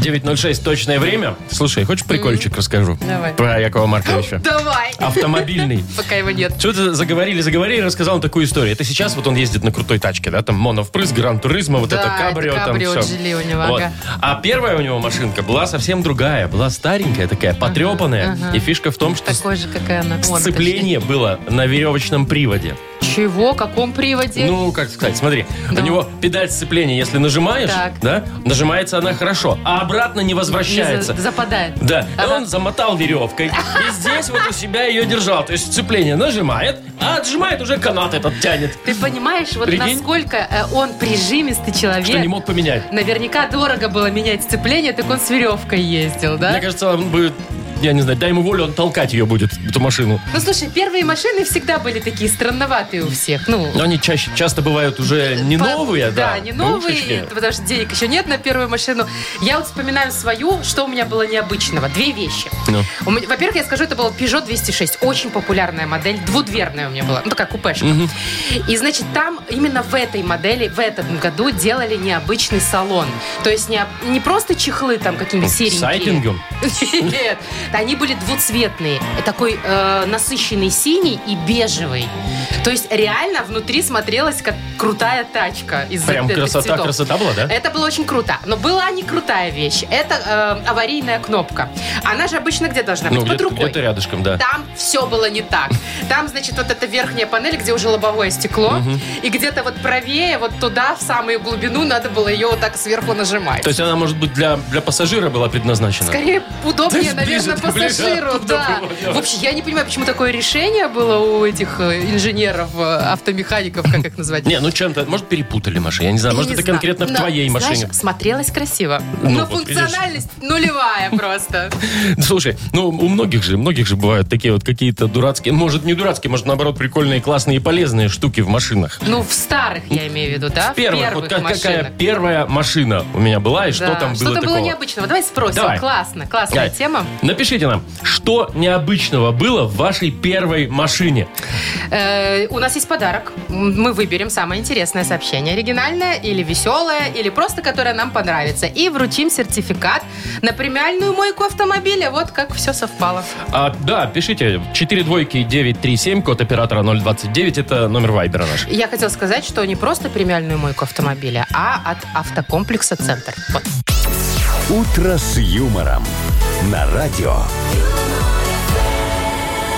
9.06 точное время. Слушай, хочешь прикольчик расскажу?
Давай.
Про Якова Марковича.
Давай.
А Автомобильный.
Пока его нет.
Что-то заговорили, заговорили, рассказал он такую историю. Это сейчас вот он ездит на крутой тачке, да, там Моновпрыск, Гран Туризма, вот
Да,
это
это
кабрио, там
кабрио
все.
Джили у него, ага.
А первая у него машинка была совсем другая, была старенькая такая, потрепанная.
ага.
И фишка в том, что
Такой же, какая она. Он,
сцепление было на веревочном приводе.
точнее. Чего? Каком приводе?
Ну, как сказать, смотри,
Да.
у него педаль сцепления, если нажимаешь,
Так.
да, нажимается она хорошо, а обратно не возвращается.
Не за- западает.
Да, и
Ага.
он замотал веревкой и здесь вот у себя ее держал. То есть сцепление нажимает, а отжимает уже канат этот тянет.
Ты понимаешь, вот
Прикинь?
насколько э, он прижимистый человек.
Что не мог поменять.
Наверняка дорого было менять сцепление, так он с веревкой ездил, да?
Мне кажется, он будет, я не знаю, дай ему волю, он толкать ее будет, эту машину.
Ну, слушай, первые машины всегда были такие странноватые у всех. Ну,
Но они чаще, часто бывают уже не
по-
новые, а, да.
не новые,
бэушечки.
потому что денег еще нет на первую машину. Я вот вспоминаю свою, что у меня было необычного. Две вещи.
Ну.
У меня- Во-первых, я скажу, это был Peugeot 206. Очень популярная модель, двудверная у меня была. Ну, такая купешка. И, значит, там именно в этой модели, в этом году делали необычный салон. То есть не, не просто чехлы там какие-нибудь
С
серенькие.
сайдингом?
(laughs) Нет. Они были двуцветные. Такой э, насыщенный синий и бежевый. То есть реально внутри смотрелась как крутая тачка из
Прям
этих
красота,
цветов.
красота была, да?
Это было очень круто. Но была не крутая вещь. Это э, аварийная кнопка. Она же обычно где должна быть?
Ну,
Под
где-то,
рукой.
где-то рядышком, да.
Там все было не так. Там, значит, вот эта верхняя панель, где уже лобовое стекло, и где-то вот правее, вот туда, в самую глубину, надо было ее вот так сверху нажимать.
То есть она, может быть, для, для пассажира была предназначена?
Скорее, удобнее,
Да, (laughs)
наверное,
ближе, ближе
пассажиру,
оттуда
да.
было, да.
Вообще, я не понимаю, почему такое решение было у этих э, инженеров, э, автомехаников, как их назвать.
Не, ну чем-то, может, перепутали машину, я не знаю,
Я
может,
не
это
знаю.
конкретно в
Но,
твоей машине.
Знаешь, смотрелось красиво.
Ну,
Но
вот видишь.
функциональность нулевая просто.
Слушай, ну у многих же, многих же бывают такие вот какие-то дурацкие, может не дурацкие, может наоборот прикольные, классные и полезные штуки в машинах.
Ну, в старых, я имею в виду, да? В
Первых, вот как- какая
машинах.
первая машина у меня была и что
Да,
там было
Что-то
такого?
было необычного. Давай спросим.
Давай.
Классно, классная
Кать,
тема.
Напишите нам, что необычного было в вашей первой машине.
Э, у нас есть подарок. М, Мы выберем самое интересное сообщение. Оригинальное или веселое, или просто которое нам понравится. И вручим сертификат на премиальную мойку автомобиля. Вот как все совпало.
А, да, пишите 4 двойки 937, код оператора 029, это номер вайбера наш.
Я хотела сказать, что не просто премиальную мойку автомобиля, а от автокомплекса «Центр». Вот.
«Утро с юмором» на радио.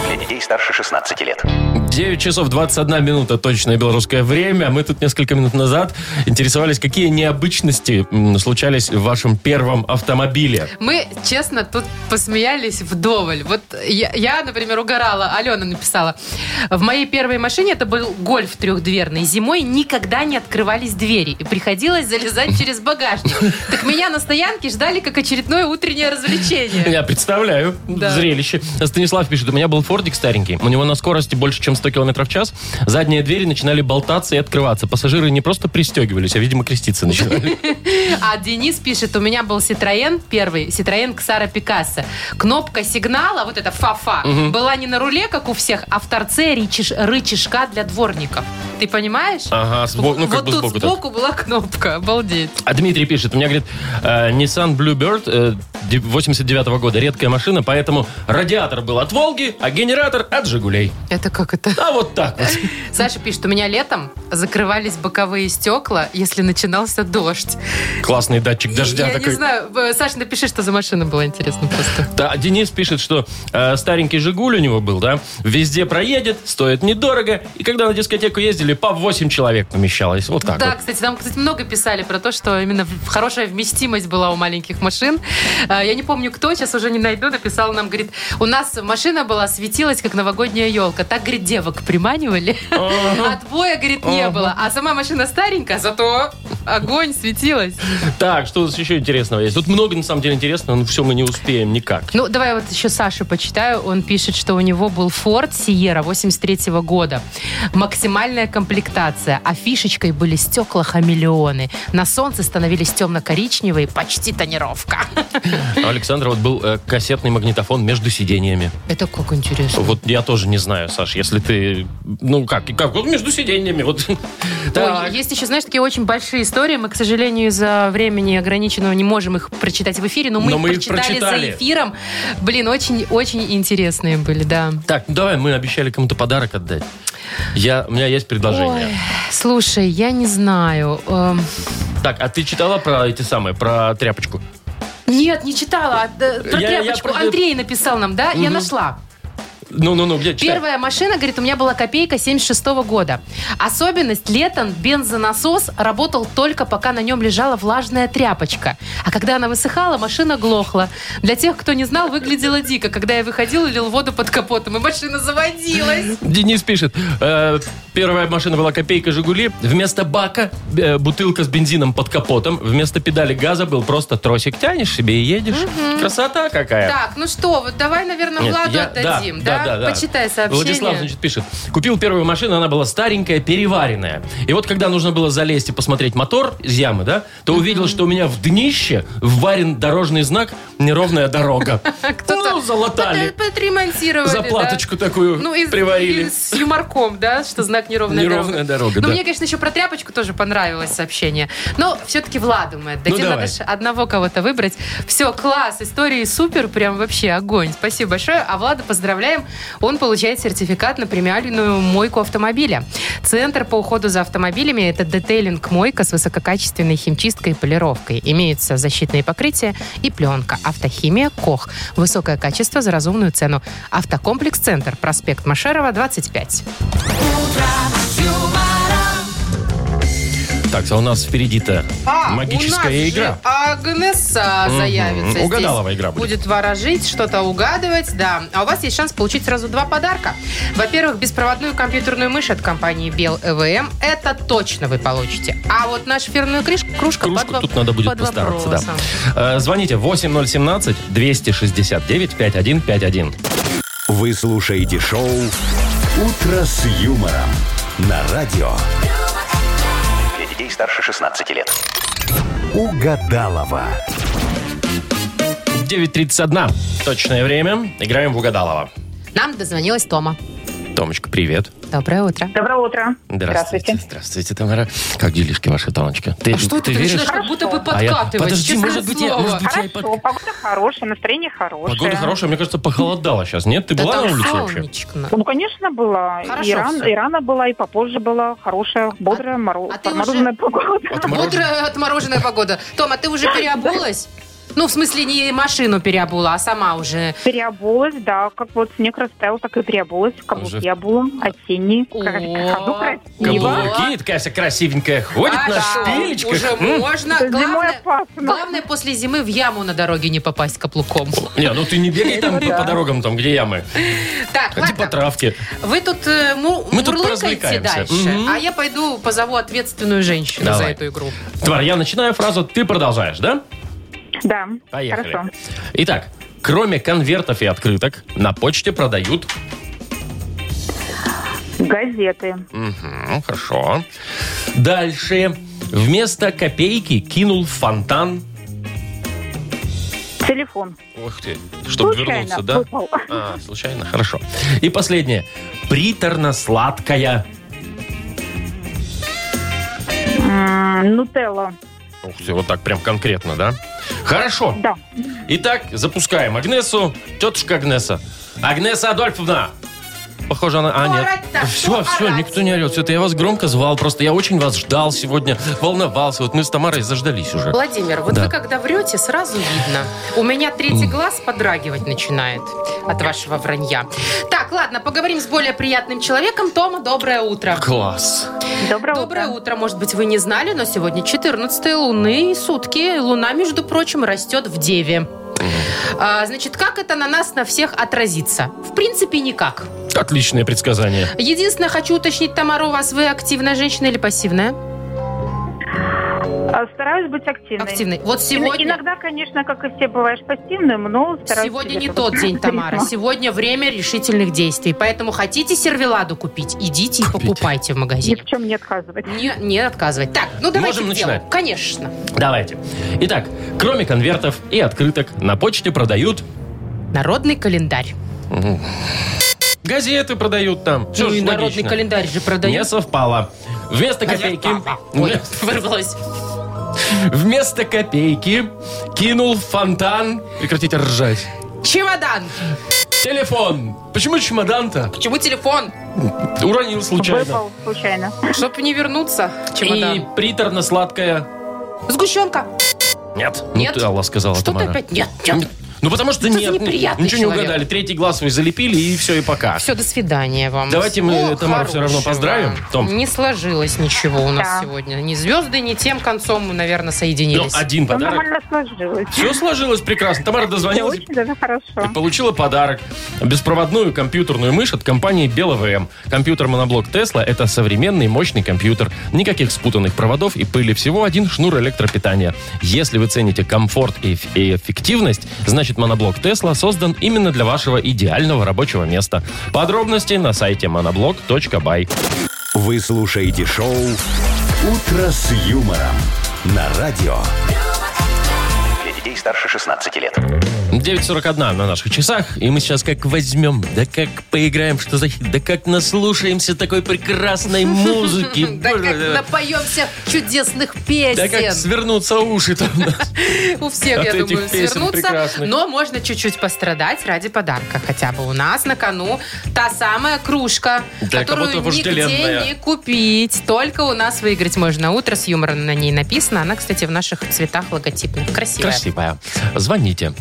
Для детей старше 16 лет.
9 часов 21 минута точное белорусское время. Мы тут несколько минут назад интересовались, какие необычности м, случались в вашем первом автомобиле.
Мы, честно, тут посмеялись вдоволь. Вот я, я, например, угорала. Алена написала. В моей первой машине это был гольф трехдверный. Зимой никогда не открывались двери. И приходилось залезать через багажник. Так меня на стоянке ждали как очередное утреннее развлечение.
Я представляю
Да.
зрелище. Станислав пишет, у меня был фордик старенький. У него на скорости больше, чем 100 км в час, задние двери начинали болтаться и открываться. Пассажиры не просто пристегивались, а, видимо, креститься начинали.
А Денис пишет, у меня был Citroёn первый, Citroёn Ксара Пикассо. Кнопка сигнала, вот эта фа-фа, была не на руле, как у всех, а в торце рычиш- рычажка для дворников. Ты понимаешь?
(laughs) Ага, сбо- ну, как
вот
бы
тут
сбоку так.
сбоку была кнопка, обалдеть.
А Дмитрий пишет, у меня, говорит, э, Nissan Bluebird э, де- 89 года, редкая машина, поэтому радиатор был от Волги, а генератор от Жигулей.
Это как это?
А вот так вот.
Саша пишет, у меня летом закрывались боковые стекла, если начинался дождь.
Классный датчик дождя
Я
такой.
не знаю, э, Саша, напиши, что за машина была интересно просто.
Да, Денис пишет, что э, старенький Жигуль у него был, да, везде проедет, стоит недорого, и когда на дискотеку ездили, по 8 человек помещалось. Вот так
да,
вот.
кстати, там, кстати, много писали про то, что именно в- хорошая вместимость была у маленьких машин. А, Я не помню, кто, сейчас уже не найду, написал нам, говорит, у нас машина была, светилась, как новогодняя елка. Так, говорит, девок приманивали.
Ну.
А двое, говорит, не было. А сама машина старенькая, зато огонь светилась.
Так, что у нас еще интересного есть? Тут много, на самом деле, интересного, но все мы не успеем никак.
Ну, давай я вот еще Сашу почитаю. Он пишет, что у него был Ford Sierra 83 года. Максимальная комплектация. А фишечкой были стекла-хамелеоны. На солнце становились темно-коричневые, почти тонировка. (laughs)
А У Александра вот был э, кассетный магнитофон между сиденьями.
Это как интересно.
Вот я тоже не знаю, Саш, если ты... Ну как, и как? Вот между сиденьями. Вот.
Ой,
Так.
есть еще, знаешь, такие очень большие истории. Мы, к сожалению, из-за времени ограниченного не можем их прочитать в эфире, но мы,
Но
их
мы их
прочитали,
прочитали.
за эфиром. Блин, очень-очень интересные были, да.
Так, ну давай, мы обещали кому-то подарок отдать. Я, у меня есть предложение.
Ой, слушай, я не знаю. Эм,
Так, а ты читала про эти самые, про тряпочку?
Нет, не читала. А, да, Про
Я- я
тряпочку.
про-
Андрей написал нам, да? Я нашла.
Ну-ну-ну, где читай.
Первая машина, говорит, у меня была копейка 76 года. Особенность, летом бензонасос работал только пока на нем лежала влажная тряпочка. А когда она высыхала, машина глохла. Для тех, кто не знал, выглядело дико, когда я выходил и лил воду под капотом, и машина заводилась.
Денис пишет, э, первая машина была копейка Жигули, вместо бака э, бутылка с бензином под капотом, вместо педали газа был просто тросик, тянешь себе и едешь. Красота какая.
Так, ну что, вот давай, наверное,
Нет,
Владу
я-
отдадим, да? Почитай сообщение.
Владислав, значит, пишет. Купил первую машину, она была старенькая, переваренная. И вот, когда нужно было залезть и посмотреть мотор из ямы, да, то увидел, что у меня в днище вварен дорожный знак «Неровная дорога».
(laughs) Кто-то-
Ну, залатали.
Под- подремонтировали, да.
Заплаточку такую
Ну, и,
приварили.
и с юморком, да, что знак неровная,
Неровная дорога, да.
Ну, мне, конечно, еще про тряпочку тоже понравилось сообщение. Но все-таки Владу мы отдадим.
Ну, давай.
Надо же одного кого-то выбрать. Все, класс, истории супер, прям вообще огонь. Спасибо большое. А Влада поздравляем. Он получает сертификат на премиальную мойку автомобиля. Центр по уходу за автомобилями – это детейлинг-мойка с высококачественной химчисткой и полировкой. Имеются защитные покрытия и пленка. Автохимия «Кох». Высокое качество за разумную цену. Автокомплекс-центр. Проспект Машерова, 25.
Так, а у нас впереди-то
А,
магическая игра.
Агнеса
Мгм.
заявится. здесь.
Угадалова игра будет.
Будет ворожить, что-то угадывать, да. А у вас есть шанс получить сразу два подарка. Во-первых, беспроводную компьютерную мышь от компании Bell EVM. Это точно вы получите. А вот нашу фирменную криш- кружку,
Кружку
под, во-
тут надо будет
под
постараться, да.
вопросом.
Э, Звоните 8017-269-5151.
Вы слушаете шоу «Утро с юмором» на радио
Для детей старше 16 лет.
«Угадалова».
9.31. Точное время. Играем в Угадалова.
Нам дозвонилась Тома.
Томочка, привет.
Доброе утро.
Доброе утро.
Здравствуйте. Здравствуйте, Тамара. Как делишки ваши, Таночка? Ты,
а что это ты
веришь?
начинаешь как будто бы
А я-
подкатывать?
Подожди,
честное
может быть, я,
слово.
может быть, я и
Хорошо,
под-
погода хорошая, настроение хорошее.
Типа, Погода хорошая, мне кажется, похолодало сейчас. Нет, ты
Да
была
там
на улице вообще?
солнечко на-
Ну, конечно, была.
Хорошо
и, рано,
всё.
и рано была, и попозже была хорошая, бодрая, моро...
а ты (laughs)
морозная погода.
Отмороженная.
Бодрая отмороженная погода. Тома, ты уже переобулась? Ну, в смысле, не машину переобула, а сама уже.
Переобулась, да, как вот снег растаял, так и переобулась.
Уже-
Каблуки обула, осенний.
О,
Как- Ходу красиво.
каблуки.
Каблуки, такая вся красивенькая ходит на
Хорошо,
шпилечках. Хм.
Уже
М.
можно.
Зимой
Главное,
опасно.
главное после зимы в яму на дороге не попасть каблуком.
Не, ну ты не бегай там по по дорогам, там, где ямы.
Так,
Ходи по
ладно.
травке.
Вы тут э, му-
Мы тут
мурлыкайте
поразвлекаемся.
дальше.
Мгм.
А я пойду позову ответственную женщину за
Давай.
эту игру.
Тамара, я начинаю фразу, ты продолжаешь, да?
Да,
Поехали.
хорошо.
Итак, кроме конвертов и открыток, на почте продают...
Газеты.
Мгм, ну, хорошо. Дальше. Вместо копейки кинул в фонтан.
Телефон.
Ух ты, чтобы
Случайно
вернуться, да?
попал.
А, случайно, хорошо. И последнее. Приторно-сладкая.
М, Нутелла.
Ух ты, вот так прям конкретно, да? Хорошо.
Да.
Итак, запускаем Агнесу. Тетушка Агнеса. Агнеса Адольфовна. Похоже, она... А,
Ну,
нет. (laughs)
орать-то,
Все,
ну,
все,
орать.
никто не орет. Это я вас громко звал. Просто я очень вас ждал сегодня. Волновался. Вот мы с Тамарой заждались уже.
Владимир, вот
Э, Да.
вы когда врете, сразу видно. У меня третий глаз подрагивать начинает от вашего вранья. Так, ладно, поговорим с более приятным человеком. Тома, доброе утро.
Класс.
Доброе,
Доброе
утро.
утро. Может быть, вы не знали, но сегодня 14 луны сутки. Луна, между прочим, растет в Деве. А, значит, как это на нас, на всех отразится? В принципе, никак.
Отличное предсказание.
Единственное, хочу уточнить, Тамара, у вас вы активная женщина или пассивная?
А, Стараюсь быть активной.
Активной. Вот
Ин-
сегодня...
Иногда, конечно, как и все, бываешь пассивным, но стараюсь...
Сегодня
себя
не
как-то
тот
(laughs)
день, Тамара.
ритма.
Сегодня время решительных действий. Поэтому хотите сервеладу купить, идите и
Купите.
покупайте в
Ни
магазине.
в чем не отказывать.
Не, не отказывать. Так, ну давайте
Можем
к делу.
начинать?
Конечно.
Давайте. Итак, кроме конвертов и открыток, на почте продают...
Народный календарь.
Газеты продают там. Всё
ну
же
и народный
логично.
календарь же
Не
продают.
совпало. Вместо
А
копейки...
Ой, вырвалась.
Вместо копейки кинул в фонтан... Прекратите ржать.
Чемодан.
Телефон. Почему чемодан-то?
Почему телефон?
Уронил случайно.
Выпал случайно.
Чтоб не вернуться.
И
Чемодан.
приторно-сладкое...
Сгущенка.
Нет.
Нет.
Ну, ты, Алла сказала,
Что ты
Тамара.
опять? Нет, нет.
Ну, потому что
Что за
нет.
неприятный
Ничего не
человек?
угадали. Третий глаз вы залепили, и все, и пока.
Все, до свидания вам.
Давайте мы Тамару всё равно
хорошего.
поздравим, Том.
Не сложилось ничего у нас
Да.
сегодня. Ни звезды, ни тем концом мы, наверное,
Ну,
соединились.
один
Ну,
подарок.
нормально сложилось.
Все сложилось прекрасно. Тамара
Все
дозвонилась и
очень даже хорошо.
получила подарок. Беспроводную компьютерную мышь от компании БелАВМ. Компьютер-моноблок Тесла – это современный мощный компьютер. Никаких спутанных проводов и пыли. Всего один шнур электропитания. Если вы цените комфорт и эф- и эффективность, значит моноблок Тесла создан именно для вашего идеального рабочего места. Подробности на сайте monoblock.by.
Вы слушаете шоу «Утро с юмором» на радио.
Для детей старше 16 лет.
9.41 на наших часах, и мы сейчас как возьмем, да как поиграем, что за... хит, Да как наслушаемся такой
(laughs)
прекрасной музыки.
Да как
Боже, да.
напоемся чудесных
Да как
песен.
свернутся уши
(laughs)
там. (laughs) у нас.
У всех,
от
я
этих
думаю,
песен
свернуться.
прекрасных.
Но можно чуть-чуть пострадать ради подарка. Хотя бы у нас на кону та самая кружка,
Да,
которую
кого-то
нигде
вожделенная.
не купить. Только у нас выиграть можно утро с юмором. На ней написано. Она, кстати, в наших цветах логотипных. Красивая.
Красивая. Звоните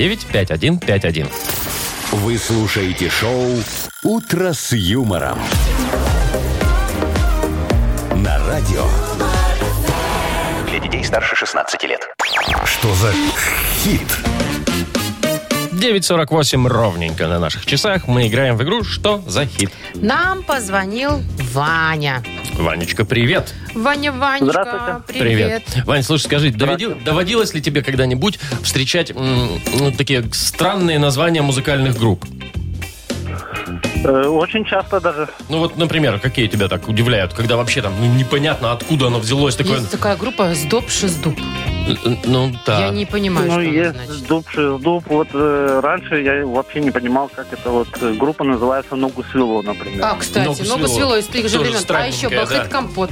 8017-269-5151.
Вы слушаете шоу «Утро с юмором» на радио.
Для детей старше 16 лет.
Что за хит?
9.48 ровненько на наших часах. Мы играем в игру «Что за хит?».
Нам позвонил Ваня.
Ванечка, привет.
Ваня, Ванечка,
Здравствуйте.
привет.
Вань, слушай, скажи, доводил- доводилось ли тебе когда-нибудь встречать м, ну, такие странные названия музыкальных групп?
Э, Очень часто даже.
Ну вот, например, какие тебя так удивляют, когда вообще там ну, непонятно, откуда оно взялось такое.
Есть такая группа «Сдоб, шиздуб».
Э, Ну да.
Я не понимаю,
ну,
что она
есть
значит.
дуб, шиз, дуб. Вот э, раньше я вообще не понимал, как это вот э, группа называется «Ногу свело», например.
А, кстати,
Ногу
ногу
свело.
свело из тех же
Тоже
времен. А еще
странненькая,
бахыт
да.
компот.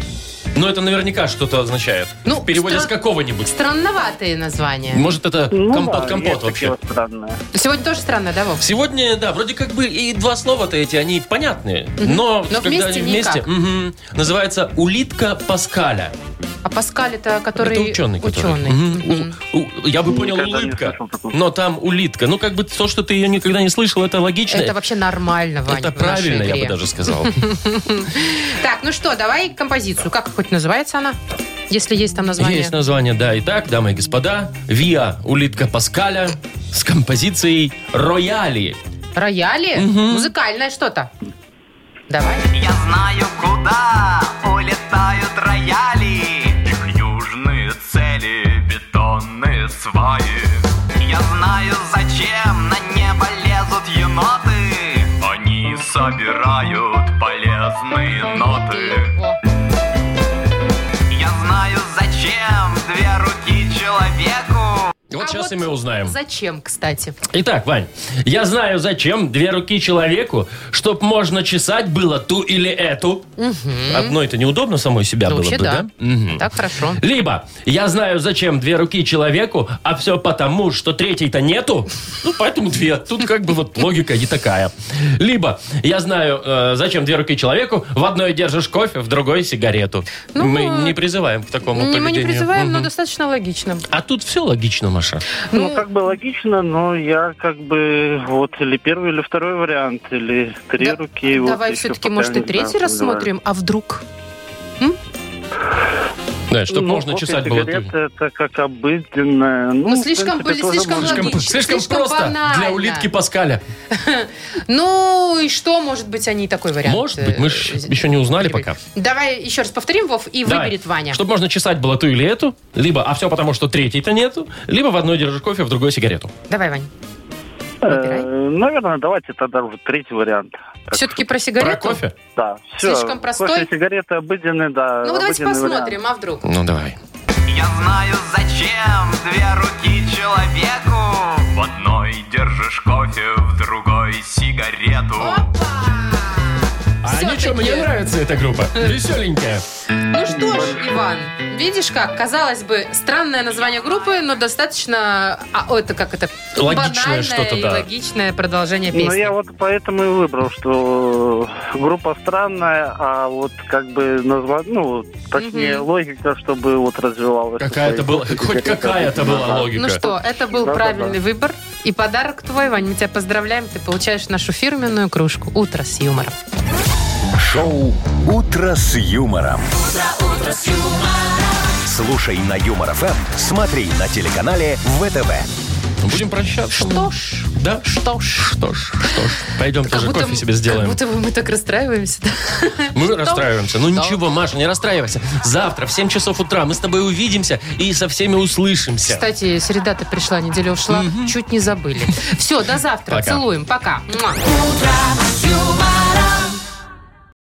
Но это наверняка что-то означает.
Ну,
В переводе
стра-
с какого-нибудь.
Странноватые названия.
Может, это
Ну
компот-компот
да, есть
вообще.
такие вот странные.
Сегодня тоже странно, да, Вов?
Сегодня, да, вроде как бы и два слова-то эти, они понятные. Но, когда
Но
они
вместе
вместе,
никак.
мгм, называется улитка Паскаля.
А Паскаль-то, который...
Это ученый, который.
Ученый.
Мгм.
Мгм.
У- у- я бы понял,
Никогда не
улыбка.
слышал такого.
Но там улитка. Ну, как бы то, что ты ее никогда не слышал, это логично.
Это вообще нормально, Ваня,
Это
в нашей
правильно, я
игре.
бы даже
(laughs)
сказал.
Так, ну что, давай композицию. Как хоть называется она? Если есть там название.
Есть название, да. Итак, дамы и господа, Виа, улитка Паскаля с композицией «Рояли».
Рояли?
Мгм.
Музыкальное что-то. Давай.
Я знаю, куда улетают рояли Их южные цели, бетонные сваи Я знаю, зачем на небо лезут еноты Они собирают полезные ноты.
О,
Я знаю, зачем две руки человеку.
Вот
А
сейчас
вот
и мы узнаем.
Зачем, кстати?
Итак, Вань, я знаю, зачем две руки человеку, чтоб можно чесать было ту или эту. Одной-то неудобно самой себя
Ну,
было
вообще,
бы,
да.
да? Мгм.
Так хорошо.
Либо я знаю, зачем две руки человеку, а все потому, что третьей-то нету. Ну, поэтому две. Тут как бы вот логика не такая. Либо я знаю, э, зачем две руки человеку, в одной держишь кофе, в другой сигарету.
Ну,
мы
э,
не призываем к такому
Не,
поведению.
мы не призываем, но
Мгм.
достаточно логично.
А тут все логично, Маша.
Ну, как бы логично, но я как бы вот или первый, или второй вариант, или три
Да-
руки. вот
Давай
еще
все-таки,
пока
может, и
не знаю,
третий
как называется.
рассмотрим, а вдруг?
Да, чтобы
Ну,
можно
кофе,
чесать было.
сигарета, это как обыденное. Ну,
Ну,
в
слишком
принципе,
бы-
тоже
слишком
можно.
Слишком,
логично.
слишком
слишком
просто для
банально.
улитки Паскаля.
Ну, и что, может быть, они такой вариант?
Может быть, мы ж
э,
еще не узнали
привели.
пока.
Давай еще раз повторим, Вов, и
Давай.
выберет Ваня.
Чтобы можно чесать было ту или эту, либо, а все потому, что третьей-то нету, либо в одной держишь кофе, в другой сигарету.
Давай, Вань.
Э, Наверное, давайте тогда вот третий вариант. Так,
Все-таки про
Про
сигарету?
кофе?
Да, все.
Слишком простой?
Кофе, сигареты обыденные, да.
Ну, давайте
Э, обыденный вариант.
посмотрим, а вдруг?
Ну, давай.
Я знаю, зачем две руки человеку. В одной держишь кофе, в другой сигарету.
А
Всё-таки.
ничего, мне нравится эта группа. Веселенькая.
Ну что ж, Иван, видишь как, казалось бы, странное название группы, но достаточно, а, о, это как это,
Логичное
банальное
что-то,
и
да.
логичное продолжение
Ну,
песни.
я вот поэтому и выбрал, что э, группа странная, а вот как бы название, ну, точнее,
Мгм.
логика, чтобы вот развивалась.
Какая-то была, хоть какая-то была логика.
Ну что, это был
Да-да-да.
правильный выбор. И подарок твой, Вань, мы тебя поздравляем. Ты получаешь нашу фирменную кружку «Утро с юмором».
Шоу «Утро с юмором». Слушай на Юмор ФМ, смотри на телеканале ВТВ.
Будем прощаться.
Что ж,
Да?
что ж.
Что ж, что ж. Пойдем тоже кофе себе
как
сделаем.
будто бы мы так расстраиваемся. да.
Мы
Что?
расстраиваемся. Ну ничего, Маша, не расстраивайся. Завтра в 7 часов утра мы с тобой увидимся и со всеми услышимся.
Кстати, середа-то пришла, неделя ушла. Чуть не забыли. Все, до завтра.
Пока.
Целуем. Пока. Муа.
юмора.